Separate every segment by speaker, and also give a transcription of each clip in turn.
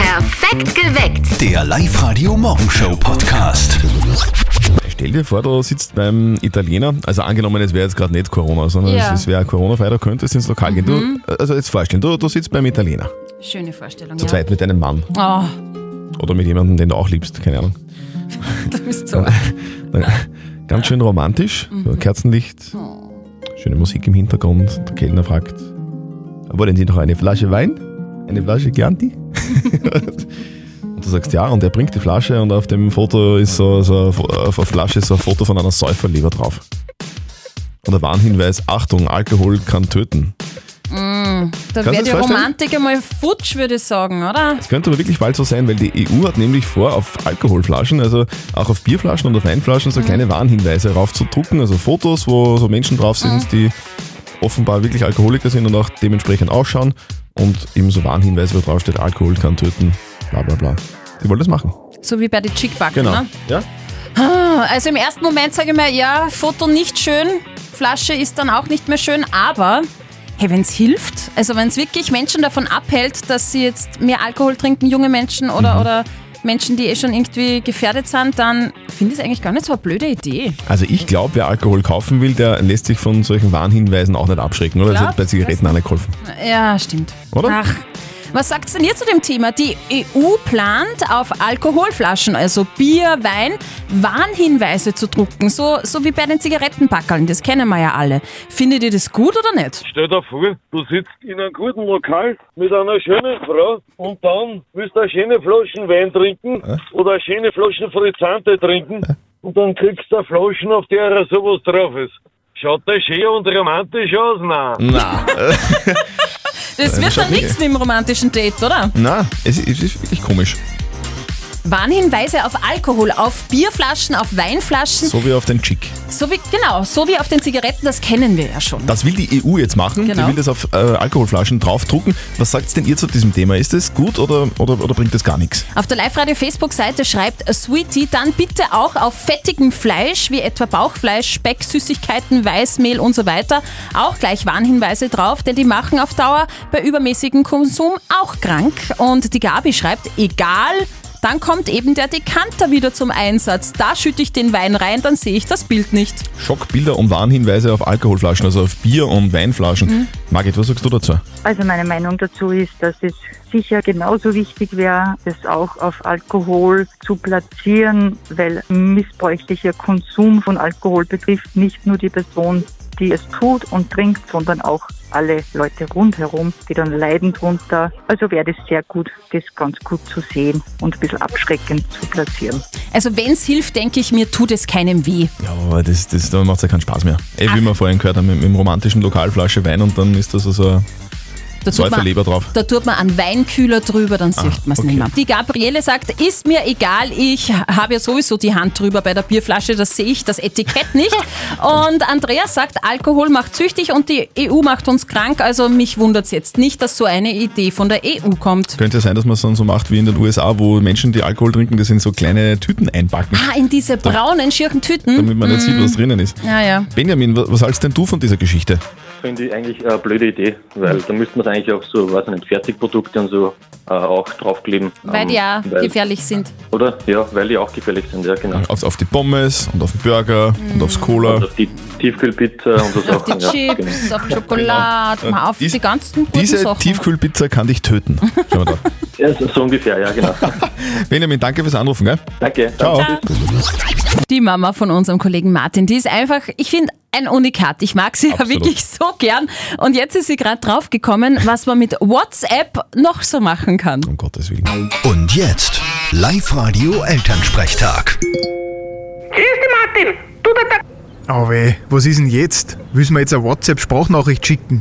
Speaker 1: Perfekt geweckt.
Speaker 2: Der Live-Radio Morgenshow Podcast.
Speaker 3: Stell dir vor, du sitzt beim Italiener, also angenommen, es wäre jetzt gerade nicht Corona, sondern
Speaker 4: Ja. Mhm.
Speaker 3: es, es wäre Corona-frei, da könntest du ins Lokal gehen. Du, also jetzt vorstellen, du, du sitzt beim Italiener,
Speaker 4: Schöne Vorstellung.
Speaker 3: zu
Speaker 4: ja.
Speaker 3: zweit mit deinem Mann
Speaker 4: Oh,
Speaker 3: oder mit jemandem, den du auch liebst, keine Ahnung.
Speaker 4: du bist so.
Speaker 3: Dann, ganz schön romantisch, so Kerzenlicht, schöne Musik im Hintergrund, der Kellner fragt, wollen Sie noch eine Flasche Wein? Eine Flasche Chianti? Und du sagst ja, und er bringt die Flasche und auf dem Foto ist so, so auf der Flasche ist so ein Foto von einer Säuferleber drauf. Und der Warnhinweis, Achtung, Alkohol kann töten.
Speaker 4: Da
Speaker 3: Kannst du
Speaker 4: wäre
Speaker 3: das
Speaker 4: die
Speaker 3: vorstellen?
Speaker 4: Romantik einmal futsch, würde ich sagen, oder?
Speaker 3: Es könnte aber wirklich bald so sein, weil die EU hat nämlich vor, auf Alkoholflaschen, also auch auf Bierflaschen und auf Weinflaschen, so kleine Warnhinweise raufzudrucken, also Fotos, wo so Menschen drauf sind, die offenbar wirklich Alkoholiker sind und auch dementsprechend ausschauen und eben so Warnhinweise, wo drauf steht, Alkohol kann töten, bla bla bla. Die wollen das machen.
Speaker 4: So wie bei den Chickbacken.
Speaker 3: Genau.
Speaker 4: Ne?
Speaker 3: Ja?
Speaker 4: Also im ersten Moment sage ich mir, ja, Foto nicht schön, Flasche ist dann auch nicht mehr schön, aber hey, wenn es hilft, also wenn es wirklich Menschen davon abhält, dass sie jetzt mehr Alkohol trinken, junge Menschen
Speaker 3: Mhm.
Speaker 4: oder, oder Menschen, die eh schon irgendwie gefährdet sind, dann finde ich es eigentlich gar nicht so eine blöde Idee.
Speaker 3: Also ich glaube, wer Alkohol kaufen will, der lässt sich von solchen Warnhinweisen auch nicht abschrecken, oder? Das hat
Speaker 4: Glaubst
Speaker 3: bei
Speaker 4: du
Speaker 3: Zigaretten auch nicht geholfen.
Speaker 4: Ja, stimmt.
Speaker 3: Oder?
Speaker 4: Ach, was sagt denn ihr zu dem Thema? Die EU plant, auf Alkoholflaschen, also Bier, Wein, Warnhinweise zu drucken, so, so wie bei den Zigarettenpackeln, das kennen wir ja alle. Findet ihr das gut oder nicht?
Speaker 5: Stell dir vor, du sitzt in einem guten Lokal mit einer schönen Frau und dann willst du eine schöne Flaschen Wein trinken oder eine schöne Flaschen Frizzante trinken und dann kriegst du eine Flaschen, auf der sowas drauf ist. Schaut das schön und romantisch aus? Nein.
Speaker 3: Na,
Speaker 4: Das wird
Speaker 3: schon
Speaker 4: dann nichts mit dem romantischen Date, oder?
Speaker 3: na, es, es ist wirklich komisch.
Speaker 4: Warnhinweise auf Alkohol, auf Bierflaschen, auf Weinflaschen,
Speaker 3: So wie auf den Chick.
Speaker 4: so wie, genau, so wie auf den Zigaretten, das kennen wir ja schon.
Speaker 3: Das will die EU jetzt machen. Die
Speaker 4: Genau.
Speaker 3: will das auf äh, Alkoholflaschen draufdrucken. Was sagt denn ihr zu diesem Thema? Ist das gut oder, oder, oder bringt das gar nichts?
Speaker 4: Auf der Live-Radio-Facebook-Seite schreibt Sweetie dann bitte auch auf fettigem Fleisch, wie etwa Bauchfleisch, Speck, Süßigkeiten, Weißmehl und so weiter, auch gleich Warnhinweise drauf, denn die machen auf Dauer bei übermäßigem Konsum auch krank. Und die Gabi schreibt, egal, dann kommt eben der Dekanter wieder zum Einsatz. Da schütte ich den Wein rein, dann sehe ich das Bild nicht.
Speaker 3: Schockbilder und Warnhinweise auf Alkoholflaschen, also auf Bier- und Weinflaschen.
Speaker 4: Mhm.
Speaker 3: Margit, was sagst du dazu?
Speaker 6: Also meine Meinung dazu ist, dass es sicher genauso wichtig wäre, das auch auf Alkohol zu platzieren, weil missbräuchlicher Konsum von Alkohol betrifft nicht nur die Person, die es tut und trinkt, sondern auch alle Leute rundherum, die dann leiden drunter. Also wäre das sehr gut, das ganz gut zu sehen und ein bisschen abschreckend zu platzieren.
Speaker 4: Also wenn es hilft, denke ich mir, tut es keinem weh.
Speaker 3: Ja, aber das, das da macht ja keinen Spaß mehr. Ey, wie wir vorhin gehört haben, mit, mit dem romantischen Lokalflasche Wein und dann ist das also
Speaker 4: Da tut man-
Speaker 3: Säuferleber drauf. Ah,
Speaker 4: Da tut man einen Weinkühler drüber, dann sieht man es
Speaker 3: okay.
Speaker 4: nicht mehr. Die Gabriele sagt, ist mir egal, ich habe ja sowieso die Hand drüber bei der Bierflasche, das sehe ich das Etikett nicht. Und Andreas sagt, Alkohol macht süchtig und die EU macht uns krank, also mich wundert es jetzt nicht, dass so eine Idee von der EU kommt.
Speaker 3: Könnte sein, dass man es dann so macht wie in den USA, wo Menschen, die Alkohol trinken, das in so kleine Tüten einpacken,
Speaker 4: Ah, in diese braunen, schirken Tüten.
Speaker 3: damit man nicht sieht, was drinnen ist.
Speaker 4: Ja, ja.
Speaker 3: Benjamin, wa- was hältst denn du von dieser Geschichte?
Speaker 7: Finde ich eigentlich eine blöde Idee, weil
Speaker 4: Mhm.
Speaker 7: da müssten wir eigentlich auf so, weiß ich nicht, Fertigprodukte und so äh, auch draufkleben. Ähm,
Speaker 4: Weil die ja
Speaker 7: weil-
Speaker 4: gefährlich sind.
Speaker 7: Oder? Ja, weil die auch gefährlich sind, ja genau.
Speaker 3: Auf, auf die Pommes und auf den Burger und aufs Cola.
Speaker 7: Und auf die Tiefkühlpizza und so
Speaker 4: Auf
Speaker 7: Sachen.
Speaker 4: die
Speaker 7: ja, genau.
Speaker 4: Chips, auf Schokolade, mal auf
Speaker 3: Dies-
Speaker 4: die ganzen guten
Speaker 3: Diese
Speaker 4: Sachen.
Speaker 3: Tiefkühlpizza kann dich töten. Schau mal da.
Speaker 7: Ja, so, so ungefähr, ja genau.
Speaker 3: Benjamin, danke fürs Anrufen, gell?
Speaker 7: Danke.
Speaker 3: Ciao.
Speaker 4: Die Mama von unserem Kollegen Martin, die ist einfach, ich finde, ein Unikat. Ich mag sie
Speaker 3: Absolut.
Speaker 4: ja wirklich so gern. Und jetzt ist sie gerade draufgekommen, was man mit WhatsApp noch so machen kann.
Speaker 3: Um Gottes Willen.
Speaker 2: Und jetzt Live-Radio Elternsprechtag.
Speaker 8: Grüß dich, Martin. Du, der, der
Speaker 9: Oh weh, was ist denn jetzt? Willst du mir jetzt eine WhatsApp-Sprachnachricht schicken?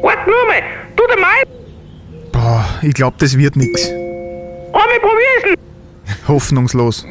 Speaker 8: warte Halt nur mal. Du, der Mai,
Speaker 9: Boah, Ah, ich glaub, das wird nix.
Speaker 8: einmal probier's. denn.
Speaker 9: Hoffnungslos.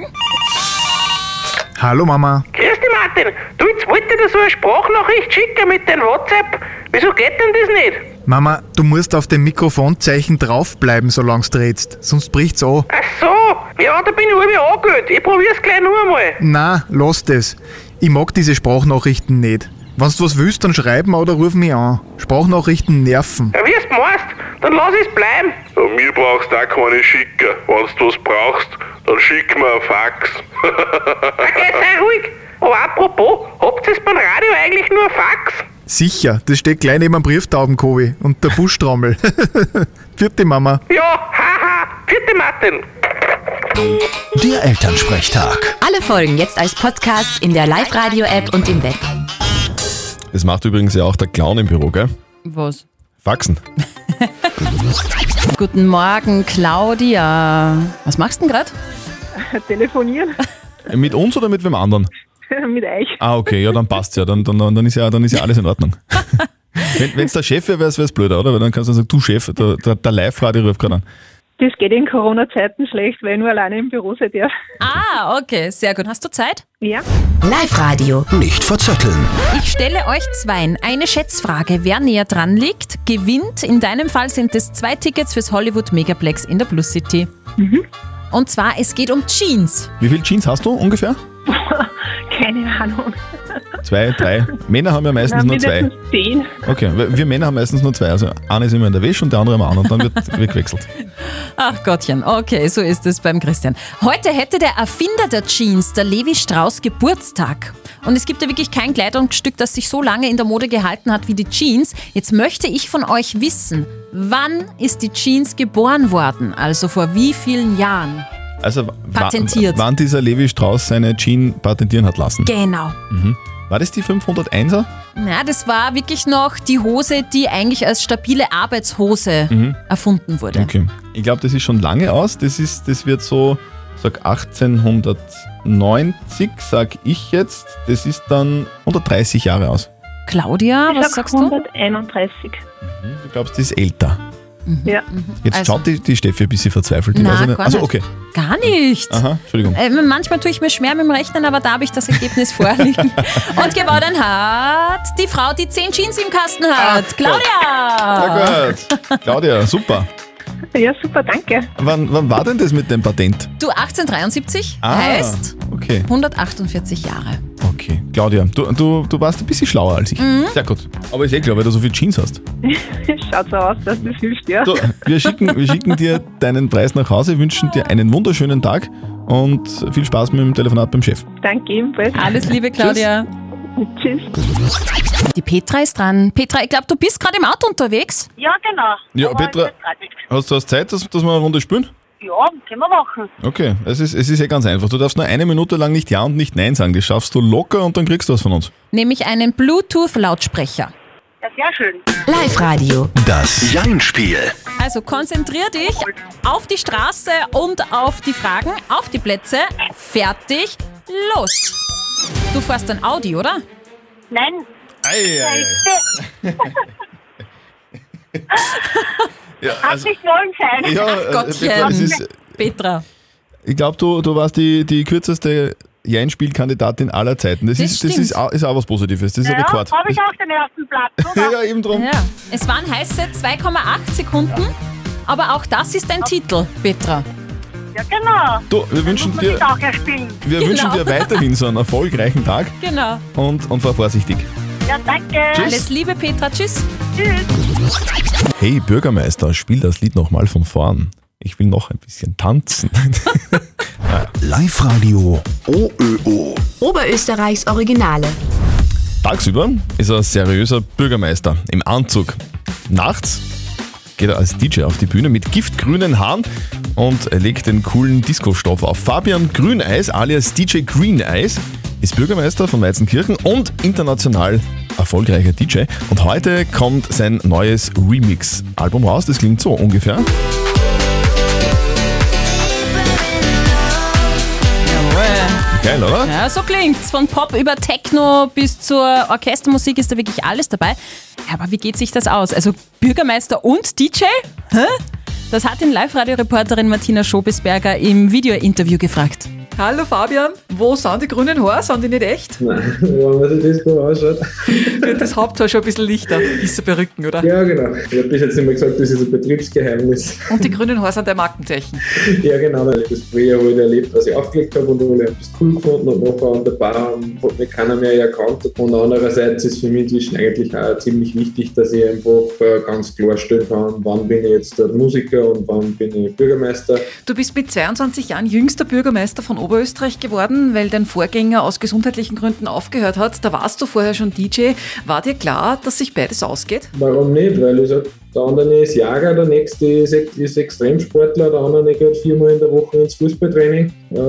Speaker 9: Hallo Mama.
Speaker 8: Grüß dich, Martin. Du, jetzt wollte ich dir so eine Sprachnachricht schicken mit deinem WhatsApp. Wieso geht denn das nicht?
Speaker 9: Mama, du musst auf dem Mikrofonzeichen draufbleiben, solange du redst, sonst bricht's an.
Speaker 8: Ach so. Ja, da bin ich irgendwie angehört. Ich probier's gleich nur einmal.
Speaker 9: Na, lass das. Ich mag diese Sprachnachrichten nicht. Wenn's was willst, dann schreib mir oder ruf mich an. Sprachnachrichten nerven.
Speaker 8: Ja, wie es meinst. dann lass es bleiben.
Speaker 1: Ja, mir brauchst du auch keine schicken. Wenn du was brauchst, dann schick mir ein Fax.
Speaker 8: Okay, sei ruhig. Aber apropos, habt ihr beim Radio eigentlich nur Fax?
Speaker 9: Sicher, das steht gleich neben dem Brieftaubenkobi und der Buschtrommel. Vierte Mama.
Speaker 8: Ja, haha. Vierte Martin.
Speaker 2: Der Elternsprechtag.
Speaker 10: Alle Folgen jetzt als Podcast in der Live-Radio-App und im Web.
Speaker 3: Das macht übrigens ja auch der Clown im Büro, gell?
Speaker 4: Was?
Speaker 3: Faxen.
Speaker 4: Guten Morgen, Claudia. Was machst du denn gerade?
Speaker 6: Telefonieren
Speaker 3: Mit uns oder mit wem anderen?
Speaker 6: mit euch.
Speaker 3: Ah, okay, ja, dann passt's ja. Dann, dann, dann, dann ist ja. dann ist ja alles in Ordnung. Wenn wenn's der Chef wäre, wär's wär's blöder, oder? Weil dann kannst du sagen, du Chef, der, der, der Live-Radio ruft gerade an.
Speaker 6: Das geht in Corona-Zeiten schlecht, weil ich nur alleine im Büro seid ihr.
Speaker 4: Ah, okay, sehr gut. Hast du Zeit?
Speaker 6: Ja.
Speaker 10: Live-Radio.
Speaker 2: Nicht verzetteln.
Speaker 4: Ich stelle euch zwei eine Schätzfrage. Wer näher dran liegt, gewinnt. In deinem Fall sind es zwei Tickets fürs Hollywood Megaplex in der Plus City. Und zwar, es geht um Jeans.
Speaker 3: Wie viel Jeans hast du ungefähr?
Speaker 6: Keine Ahnung.
Speaker 3: Zwei, drei. Männer haben ja meistens nur zwei.
Speaker 6: mindestens zehn.
Speaker 3: Okay, weil wir Männer haben meistens nur zwei. Also einer ist immer in der Wäsche und der andere am anderen. Dann wird, wird gewechselt.
Speaker 4: Ach Gottchen, okay, so ist es beim Christian. Heute hätte der Erfinder der Jeans, der Levi Strauss, Geburtstag. Und es gibt ja wirklich kein Kleidungsstück, das sich so lange in der Mode gehalten hat wie die Jeans. Jetzt möchte ich von euch wissen, wann ist die Jeans geboren worden? Also vor wie vielen Jahren?
Speaker 3: Also wa-
Speaker 4: Patentiert.
Speaker 3: wann dieser Levi Strauss seine Jeans patentieren hat lassen.
Speaker 4: Genau.
Speaker 3: War das die 501er?
Speaker 4: Na, das war wirklich noch die Hose, die eigentlich als stabile Arbeitshose erfunden wurde.
Speaker 3: Mhm. Okay. Ich glaube, das ist schon lange aus. Das, ist, das wird so, sag 1890, sag ich jetzt. Das ist dann 130 Jahre aus.
Speaker 4: Claudia, was sagst du?
Speaker 6: 131.
Speaker 3: Du glaubst, das ist älter.
Speaker 6: Ja.
Speaker 3: Jetzt
Speaker 4: Also-
Speaker 3: schaut die, die Steffi ein bisschen verzweifelt. Ich
Speaker 4: Na,
Speaker 3: weiß ja nicht-
Speaker 4: gar
Speaker 3: also
Speaker 4: nicht.
Speaker 3: okay.
Speaker 4: Gar nicht.
Speaker 3: Aha, Entschuldigung.
Speaker 4: Äh, manchmal tue ich mir schwer mit dem Rechnen, aber da habe ich das Ergebnis vorliegen. Und gewonnen hat die Frau, die 10 Jeans im Kasten hat. Claudia!
Speaker 3: Ah, Na gut. Claudia, super.
Speaker 6: Ja, super, danke.
Speaker 3: Wann, wann war denn das mit dem Patent?
Speaker 4: Du 1873
Speaker 3: Ah.
Speaker 4: heißt
Speaker 3: Okay,
Speaker 4: 148 Jahre.
Speaker 3: okay. Claudia, du, du, du warst ein bisschen schlauer als ich.
Speaker 4: Mhm.
Speaker 3: Sehr gut. Aber ist eh klar, weil du so viel Jeans hast.
Speaker 6: Schaut so aus, dass das hilft, ja.
Speaker 3: So, wir schicken, wir schicken dir deinen Preis nach Hause, wünschen dir einen wunderschönen Tag und viel Spaß mit dem Telefonat beim Chef.
Speaker 6: Danke ebenfalls.
Speaker 4: Alles Liebe, Claudia.
Speaker 6: Tschüss.
Speaker 4: Die Petra ist dran. Petra, ich glaube, du bist gerade im Auto unterwegs.
Speaker 11: Ja, genau.
Speaker 3: Ja,
Speaker 11: Aber
Speaker 3: Petra.
Speaker 11: es wird grad nichts.
Speaker 3: Hast du hast Zeit, dass, dass wir eine Runde spielen?
Speaker 11: Ja, können wir machen.
Speaker 3: Okay, es ist, es ist ja ganz einfach. Du darfst nur eine Minute lang nicht Ja und nicht Nein sagen. Das schaffst du locker und dann kriegst du was von uns.
Speaker 4: Nämlich einen Bluetooth-Lautsprecher.
Speaker 11: Ja, sehr schön.
Speaker 10: Live-Radio.
Speaker 2: Das Jein-Spiel.
Speaker 4: Also konzentrier dich auf die Straße und auf die Fragen, auf die Plätze. Fertig, los! Du fährst ein Audi, oder?
Speaker 11: Nein,
Speaker 3: Ja, also,
Speaker 11: hat nicht wollen sein.
Speaker 3: ja,
Speaker 4: Ach,
Speaker 3: äh,
Speaker 4: Gottchen.
Speaker 3: Petra, es ist,
Speaker 4: Petra.
Speaker 3: ich glaube, du, du warst die, die kürzeste Jein-Spielkandidatin aller Zeiten. Das,
Speaker 4: Das
Speaker 3: ist, das
Speaker 4: stimmt.
Speaker 3: ist, auch, ist auch was Positives. Das ist ein
Speaker 11: Ja,
Speaker 3: Rekord.
Speaker 11: habe ich auch den ersten Platz,
Speaker 3: ja,
Speaker 11: oder?
Speaker 3: ja, eben drum.
Speaker 4: Ja. Es waren heiße 2,8 Sekunden, aber auch das ist ein Titel, Petra.
Speaker 11: Ja, genau.
Speaker 3: Du, wir wünschen
Speaker 11: Muss man genau.
Speaker 3: dir,
Speaker 11: das auch erspielen.
Speaker 3: wir wünschen dir weiterhin so einen erfolgreichen Tag
Speaker 4: Genau.
Speaker 3: und, und fahr vorsichtig.
Speaker 11: Ja, danke.
Speaker 4: Alles Liebe, Petra. Tschüss.
Speaker 3: Hey Bürgermeister, spiel das Lied nochmal von vorn. Ich will noch ein bisschen tanzen.
Speaker 2: Live-Radio OÖO.
Speaker 10: Oberösterreichs Originale.
Speaker 3: Tagsüber ist er ein seriöser Bürgermeister im Anzug. Nachts geht er als DJ auf die Bühne mit giftgrünen Haaren und legt den coolen Disco-Stoff auf. Fabian Grüneis alias DJ Greeneis ist Bürgermeister von Weizenkirchen und international erfolgreicher DJ. Und heute kommt sein neues Remix-Album raus. Das klingt so ungefähr. Geil, oder?
Speaker 4: Ja, so klingt's. Von Pop über Techno bis zur Orchestermusik ist da wirklich alles dabei. Ja, aber wie geht sich das aus? Also Bürgermeister und DJ? Hä? Das hat ihn Live-Radio-Reporterin Martina Schobesberger im Video-Interview gefragt.
Speaker 12: Hallo Fabian, wo sind die grünen Haare? Sind die nicht echt?
Speaker 13: Wenn man sich das da anschaut.
Speaker 12: Wird das Haupthaar schon ein bisschen lichter? Ist ein Perücken, oder?
Speaker 13: Ja, genau. Ich habe bis jetzt immer gesagt, das ist ein Betriebsgeheimnis.
Speaker 12: Und die grünen Haare sind dein Markenzeichen.
Speaker 13: Ja, genau, weil ich das früher halt erlebt, was ich aufgelegt habe und alle haben das cool gefunden und nachher an der Bar hat mir keiner mehr erkannt. Und andererseits ist für mich inzwischen eigentlich auch ziemlich wichtig, dass ich einfach äh, ganz klarstellen kann, wann bin ich jetzt der Musiker und wann bin ich Bürgermeister.
Speaker 12: Du bist mit 22 Jahren jüngster Bürgermeister von Oberösterreich geworden, weil dein Vorgänger aus gesundheitlichen Gründen aufgehört hat. Da warst du vorher schon DJ. War dir klar, dass sich beides ausgeht?
Speaker 13: Warum nicht? Weil ich sag, der andere ist Jager, der nächste ist, ist Extremsportler, der andere geht viermal in der Woche ins Fußballtraining. Äh,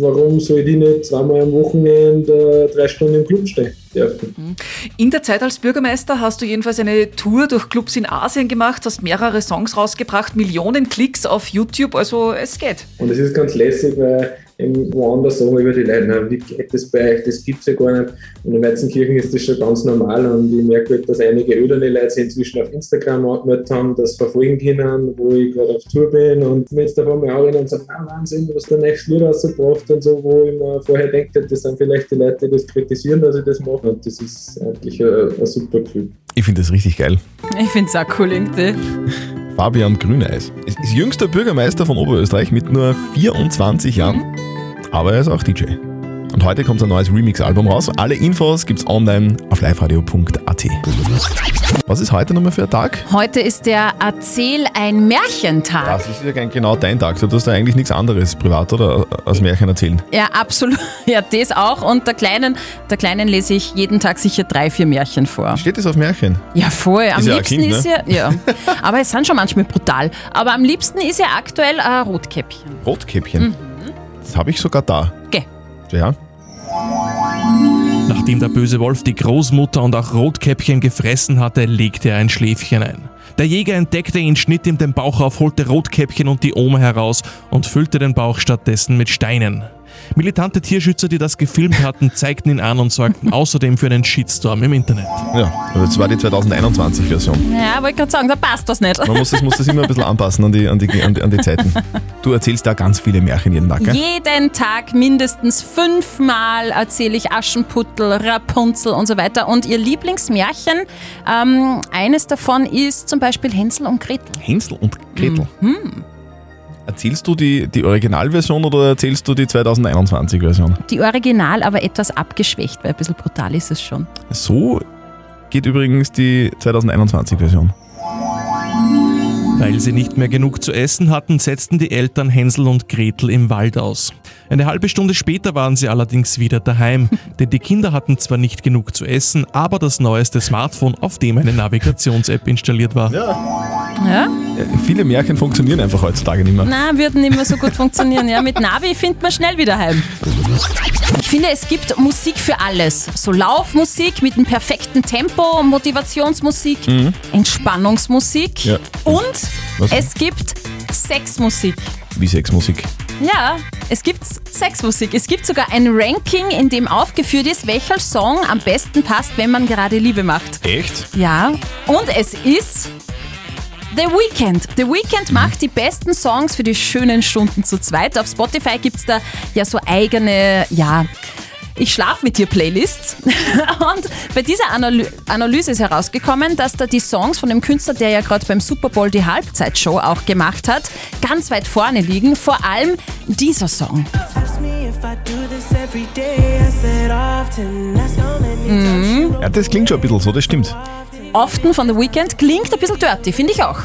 Speaker 13: warum soll ich nicht zweimal am Wochenende äh, drei Stunden im Club stehen dürfen?
Speaker 12: In der Zeit als Bürgermeister hast du jedenfalls eine Tour durch Clubs in Asien gemacht, hast mehrere Songs rausgebracht, Millionen Klicks auf YouTube, also es geht.
Speaker 13: Und es ist ganz lässig, weil im woanders sagen über die Leute, na, wie geht das bei euch, das gibt es ja gar nicht. Und in Weizenkirchen ist das schon ganz normal und ich merke halt, dass einige öderne Leute sich inzwischen auf Instagram angemeldet haben, das verfolgen können, wo ich gerade auf Tour bin und mir jetzt auf einmal anrennen und sagen, ah Wahnsinn, was der nächste Lied rausgebracht und so, wo ich mir vorher denkt habe, das sind vielleicht die Leute, die das kritisieren, dass ich das mache und das ist eigentlich ein, ein super Gefühl.
Speaker 3: Ich finde das richtig geil.
Speaker 4: Ich finde es auch cool irgendwie.
Speaker 3: Fabian Grüneis ist, ist jüngster Bürgermeister von Oberösterreich mit nur 24 Jahren, aber er ist auch DJ. Und heute kommt sein neues Remix-Album raus. Alle Infos gibt's online auf liveradio.at. Was ist heute nochmal für ein Tag?
Speaker 4: Heute ist der Erzähl ein Märchentag.
Speaker 3: Das ist ja genau dein Tag. Du hast ja eigentlich nichts anderes privat oder als Märchen erzählen.
Speaker 4: Ja, absolut. Ja, das auch. Und der Kleinen, der Kleinen lese ich jeden Tag sicher drei, vier Märchen vor.
Speaker 3: Steht das auf Märchen?
Speaker 4: Ja, voll. Am
Speaker 3: Ist ja ein
Speaker 4: liebsten
Speaker 3: Kind,
Speaker 4: ist
Speaker 3: ne?
Speaker 4: ja. Ja. Aber es sind schon manchmal brutal. Aber am liebsten ist ja aktuell äh, Rotkäppchen.
Speaker 3: Rotkäppchen. Das habe ich sogar da.
Speaker 4: Geh.
Speaker 3: Ja.
Speaker 14: Nachdem der böse Wolf die Großmutter und auch Rotkäppchen gefressen hatte, legte er ein Schläfchen ein. Der Jäger entdeckte ihn, schnitt ihm den Bauch auf, holte Rotkäppchen und die Oma heraus und füllte den Bauch stattdessen mit Steinen. Militante Tierschützer, die das gefilmt hatten, zeigten ihn an und sorgten außerdem für einen Shitstorm im Internet.
Speaker 3: Ja, aber das war die 2021-Version.
Speaker 4: Ja, wollte gerade sagen, da passt was nicht.
Speaker 3: Man muss das, muss das immer ein bisschen anpassen an die, an, die, an, die, an die Zeiten. Du erzählst da ganz viele Märchen jeden Tag, gell?
Speaker 4: Jeden Tag mindestens fünfmal erzähle ich Aschenputtel, Rapunzel und so weiter. Und ihr Lieblingsmärchen, ähm, eines davon ist zum Beispiel Hänsel und Gretel.
Speaker 3: Hänsel und Gretel.
Speaker 4: Mhm.
Speaker 3: Erzählst du die, die Originalversion oder erzählst du die 2021-Version?
Speaker 4: Die Original, aber etwas abgeschwächt, weil ein bisschen brutal ist es schon.
Speaker 3: So geht übrigens die 2021-Version.
Speaker 14: Weil sie nicht mehr genug zu essen hatten, setzten die Eltern Hänsel und Gretel im Wald aus. Eine halbe Stunde später waren sie allerdings wieder daheim, denn die Kinder hatten zwar nicht genug zu essen, aber das neueste Smartphone, auf dem eine Navigations-App installiert war.
Speaker 4: Ja?
Speaker 3: Äh, Viele Märchen funktionieren einfach heutzutage nicht mehr.
Speaker 4: Na, würden nicht mehr so gut funktionieren. Ja, mit Navi findet man schnell wieder heim. Ich finde, es gibt Musik für alles. So Laufmusik mit einem perfekten Tempo, Motivationsmusik,
Speaker 3: Mhm.
Speaker 4: Entspannungsmusik
Speaker 3: Ja.
Speaker 4: und
Speaker 3: Was?
Speaker 4: es gibt Sexmusik.
Speaker 3: Wie Sexmusik.
Speaker 4: Ja, es gibt Sexmusik. Es gibt sogar ein Ranking, in dem aufgeführt ist, welcher Song am besten passt, wenn man gerade Liebe macht.
Speaker 3: Echt?
Speaker 4: Ja, und es ist The Weeknd. The Weeknd macht die besten Songs für die schönen Stunden zu zweit. Auf Spotify gibt es da ja so eigene, ja. Ich schlaf mit dir Playlists. Und bei dieser Analy Analyse ist herausgekommen, dass da die Songs von dem Künstler, der ja gerade beim Super Bowl die Halbzeitshow auch gemacht hat, ganz weit vorne liegen. Vor allem dieser Song. Mhm.
Speaker 3: Ja, das klingt schon ein bisschen so, das stimmt.
Speaker 4: Often von The Weeknd klingt ein bisschen dirty, finde ich auch.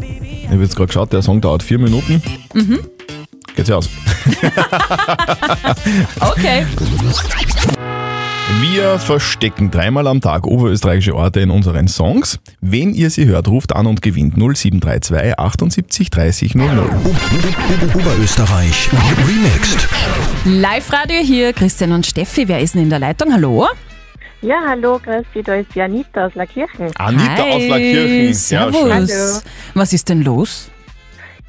Speaker 3: Ich habe jetzt gerade geschaut, der Song dauert vier Minuten.
Speaker 4: Mhm.
Speaker 3: Geht's ja aus.
Speaker 4: Okay.
Speaker 3: Wir verstecken dreimal am Tag oberösterreichische Orte in unseren Songs. Wenn ihr sie hört, ruft an und gewinnt 0732 78 30 00.
Speaker 2: Oberösterreich Remixed.
Speaker 4: Live-Radio hier, Christian und Steffi. Wer ist denn in der Leitung? Hallo?
Speaker 11: Ja, hallo, grüß dich, da ist die Anita aus La Kirchen.
Speaker 3: Anita aus Lackirchen. Sehr
Speaker 4: Servus.
Speaker 11: Hallo.
Speaker 4: Was ist denn los?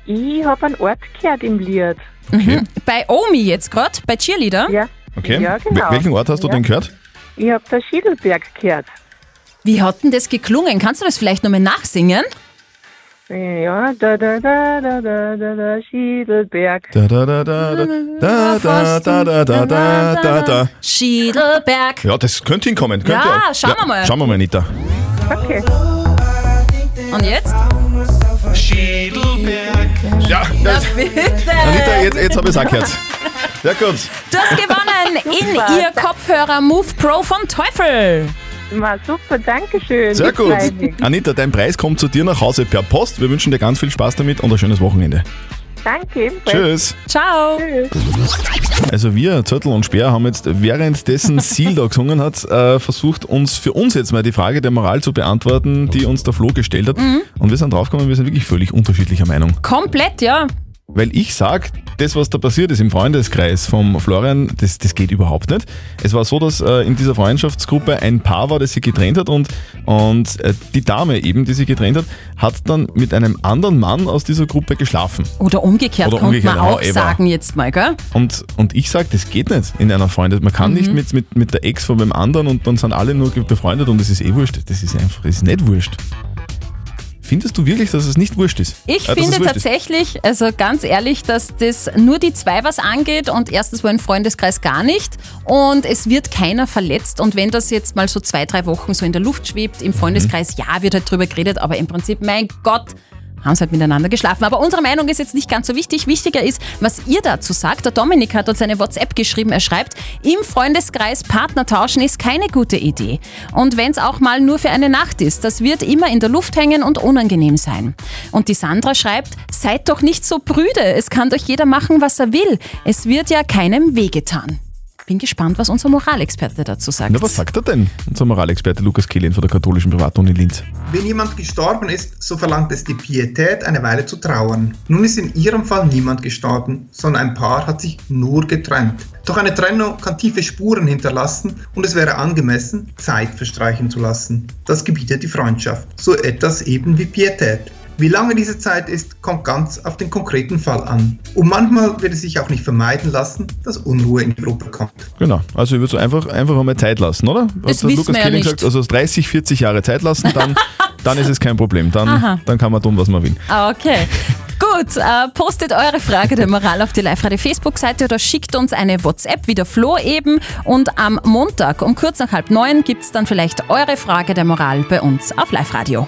Speaker 11: Ich habe einen Ort gehört im Lied.
Speaker 4: Mhm. Bei Omi jetzt gerade, bei Cheerleader?
Speaker 11: Ja.
Speaker 3: Okay.
Speaker 11: Ja, genau.
Speaker 3: Wel- Welchen Ort hast du
Speaker 11: Ja.
Speaker 3: denn gehört?
Speaker 11: Ich habe da Schiedelberg gehört.
Speaker 4: Wie hat denn das geklungen? Kannst du das vielleicht nochmal nachsingen?
Speaker 11: Ja, da, da, da, da, da, da, da, Schiedelberg.
Speaker 3: Da, da, da, da, da, da, da, da, da, da, da, da, da.
Speaker 4: Schiedelberg.
Speaker 3: Ja, das könnte hinkommen. Könnte
Speaker 4: Ja,
Speaker 3: auch.
Speaker 4: schauen wir mal.
Speaker 3: Schauen wir mal, Nita.
Speaker 11: Okay.
Speaker 4: Und jetzt?
Speaker 3: Schiedelberg. Ja,
Speaker 4: Na
Speaker 3: das,
Speaker 4: bitte.
Speaker 3: Anita, jetzt, jetzt habe ich es auch gehört. Sehr gut.
Speaker 4: Du hast gewonnen in ihr Kopfhörer Move Pro von Teufel.
Speaker 11: War super, danke schön.
Speaker 3: Sehr gut. Anita, dein Preis kommt zu dir nach Hause per Post. Wir wünschen dir ganz viel Spaß damit und ein schönes Wochenende.
Speaker 11: Danke.
Speaker 3: Tschüss.
Speaker 4: Ciao.
Speaker 3: Also wir, Zörtl und Speer, haben jetzt währenddessen Seal da gesungen hat, äh, versucht uns für uns jetzt mal die Frage der Moral zu beantworten, die uns der Flo gestellt hat.
Speaker 4: Mhm.
Speaker 3: Und wir sind draufgekommen, wir sind wirklich völlig unterschiedlicher Meinung.
Speaker 4: Komplett, ja.
Speaker 3: Weil ich sag, das, was da passiert ist im Freundeskreis vom Florian, das, das geht überhaupt nicht. Es war so, dass äh, in dieser Freundschaftsgruppe ein Paar war, das sich getrennt hat und, und äh, die Dame eben, die sich getrennt hat, hat dann mit einem anderen Mann aus dieser Gruppe geschlafen.
Speaker 4: Oder umgekehrt
Speaker 3: Oder
Speaker 4: konnte
Speaker 3: umgekehrt,
Speaker 4: man auch
Speaker 3: however.
Speaker 4: sagen jetzt mal, gell?
Speaker 3: Und, und ich sag, das geht nicht in einer Freundin. Man kann
Speaker 4: Mhm.
Speaker 3: nicht mit, mit, mit der Ex von dem anderen und dann sind alle nur ge- befreundet und es ist eh wurscht. Das ist einfach, das ist nicht wurscht. Findest du wirklich, dass es nicht wurscht ist?
Speaker 4: Ich
Speaker 3: Äh, dass es
Speaker 4: finde
Speaker 3: wurscht ist?
Speaker 4: tatsächlich, also ganz ehrlich, dass das nur die zwei was angeht und erstens wohl im Freundeskreis gar nicht und es wird keiner verletzt und wenn das jetzt mal so zwei, drei Wochen so in der Luft schwebt, im Freundeskreis, ja, wird halt drüber geredet, aber im Prinzip, mein Gott, haben sie halt miteinander geschlafen. Aber unsere Meinung ist jetzt nicht ganz so wichtig. Wichtiger ist, was ihr dazu sagt. Der Dominik hat uns eine WhatsApp geschrieben. Er schreibt, im Freundeskreis Partner tauschen ist keine gute Idee. Und wenn es auch mal nur für eine Nacht ist, das wird immer in der Luft hängen und unangenehm sein. Und die Sandra schreibt, seid doch nicht so brüde. Es kann doch jeder machen, was er will. Es wird ja keinem wehgetan. Bin gespannt, was unser Moralexperte dazu sagt.
Speaker 3: Na, was sagt er denn? Unser Moralexperte Lukas Kehlin von der katholischen Privatuni Linz.
Speaker 15: Wenn jemand gestorben ist, so verlangt es die Pietät, eine Weile zu trauern. Nun ist in ihrem Fall niemand gestorben, sondern ein Paar hat sich nur getrennt. Doch eine Trennung kann tiefe Spuren hinterlassen und es wäre angemessen, Zeit verstreichen zu lassen. Das gebietet die Freundschaft. So etwas eben wie Pietät. Wie lange diese Zeit ist, kommt ganz auf den konkreten Fall an. Und manchmal wird es sich auch nicht vermeiden lassen, dass Unruhe in die Gruppe kommt.
Speaker 3: Genau, also ich würde so einfach, einfach einmal Zeit lassen, oder?
Speaker 15: Das
Speaker 3: Hat der
Speaker 15: wissen wir ja
Speaker 3: Kehlin
Speaker 15: nicht.
Speaker 3: gesagt, also 30, 40 Jahre Zeit lassen, dann, dann ist es kein Problem.
Speaker 4: Aha.
Speaker 3: Dann, dann kann man tun, was man will.
Speaker 4: Ah, Okay. Gut, äh, postet eure Frage der Moral auf die Live-Radio Facebook-Seite oder schickt uns eine WhatsApp, wie der Flo eben. Und am Montag um kurz nach halb neun gibt's dann vielleicht eure Frage der Moral bei uns auf Live-Radio.